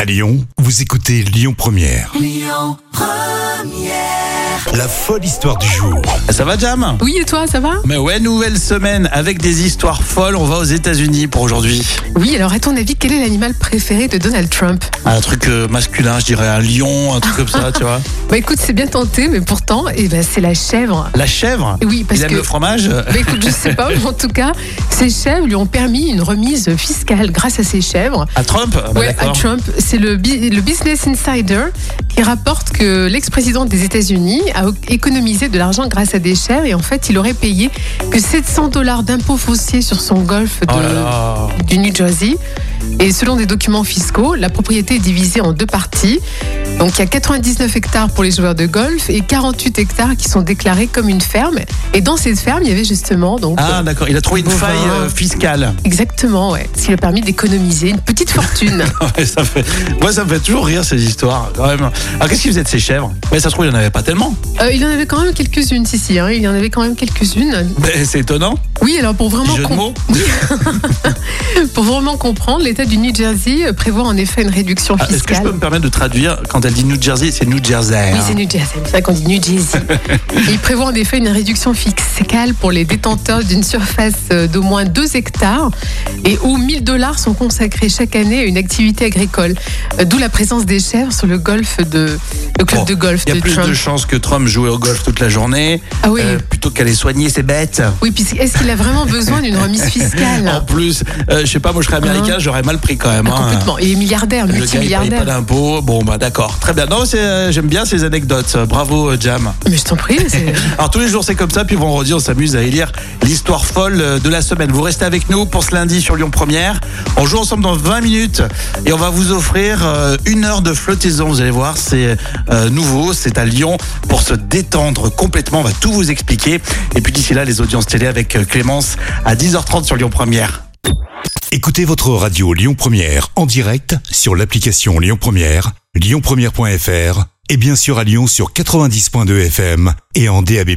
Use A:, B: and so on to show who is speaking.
A: À Lyon, vous écoutez Lyon Première. Lyon Première. La folle histoire du jour.
B: Ça va Jam
C: Oui, et toi, ça va
B: Mais ouais, nouvelle semaine avec des histoires folles, on va aux États-Unis pour aujourd'hui.
C: Oui, alors à ton avis, quel est l'animal préféré de Donald Trump
B: Un truc euh, masculin, je dirais un lion, un truc comme ça, tu vois.
C: Bah écoute, c'est bien tenté, mais pourtant, eh ben, c'est la chèvre.
B: La chèvre
C: Et Oui, parce
B: Il aime
C: que.
B: le fromage euh,
C: Bah écoute, je sais pas, mais en tout cas, ces chèvres lui ont permis une remise fiscale grâce à ces chèvres.
B: À Trump Ah bah
C: ouais, à
B: d'accord.
C: Trump, c'est le, bi- le Business Insider qui rapporte que l'ex-président des États-Unis a o- économisé de l'argent grâce à des chèvres et en fait, il aurait payé que 700 dollars d'impôts fonciers sur son golfe de,
B: Oh là là.
C: du New Jersey. Et selon des documents fiscaux, la propriété est divisée en deux parties. Donc il y a 99 hectares pour les joueurs de golf et 48 hectares qui sont déclarés comme une ferme. Et dans cette ferme, il y avait justement donc
B: Ah d'accord, il a trouvé une
C: Bovin.
B: faille euh, fiscale.
C: exactement ouais, ce qui lui a permis d'économiser une petite fortune.
B: Ouais, ça fait... Moi ça me fait toujours rire ces histoires, quand même. Alors qu'est-ce qu'il faisait de ces chèvres Mais ça se trouve, il n'y en avait pas tellement.
C: Euh, il y en avait quand même quelques-unes si si, hein, il y en avait quand même quelques-unes.
B: Mais c'est étonnant,
C: Oui, alors pour vraiment
B: jeu de
C: com-
B: mots.
C: pour vraiment comprendre, l'État du New Jersey euh, prévoit en effet une réduction
B: Ah, Est-ce que je
C: fiscale.
B: peux me permettre de traduire quand elle dit New Jersey, c'est New Jersey
C: Oui,
B: hein.
C: c'est New Jersey, c'est pour ça qu'on dit New Jersey. Il prévoit en effet une réduction fiscale pour les détenteurs d'une surface euh, d'au moins 2 hectares et où 1000 dollars sont consacrés chaque année à une activité agricole. Euh, D'où la présence des chèvres sur le golfe de le club
B: Bon,
C: de golf
B: Il y
C: de
B: a plus
C: Trump.
B: de chances que Trump joue au golf toute la journée Euh,
C: Ah oui.
B: plutôt qu'aller soigner ses bêtes.
C: Oui, puis est-ce qu'il a vraiment besoin d'une remise
B: En
C: fiscale Ah,
B: plus, euh, je sais pas, moi je serais américain, j'aurais mal pris quand même. hein.
C: Hein? Complètement. Il est milliardaire,
B: Le gars, il paye pas
C: multimilliardaire.
B: d'impôts. Bon, bah d'accord. Très bien. Non, c'est, euh, j'aime bien ces anecdotes. Bravo, euh, Jam.
C: Mais je t'en prie, c'est-
B: Alors, tous les jours, c'est comme ça. Puis vendredi, on s'amuse à élire l'histoire folle euh, de la semaine. Vous restez avec nous pour ce lundi sur Lyon Première. On joue ensemble dans 20 minutes et on va vous offrir euh, une heure de flottaison. Vous allez voir, c'est euh, nouveau. C'est à Lyon pour se détendre complètement. On va tout vous expliquer. Et puis d'ici là, les audiences télé avec euh, Clémence à 10h30 sur Lyon Première.
A: Écoutez votre radio Lyon Première en direct sur l'application Lyon Première, lyonpremière.fr et bien sûr à Lyon sur 90.2 FM et en DAB+.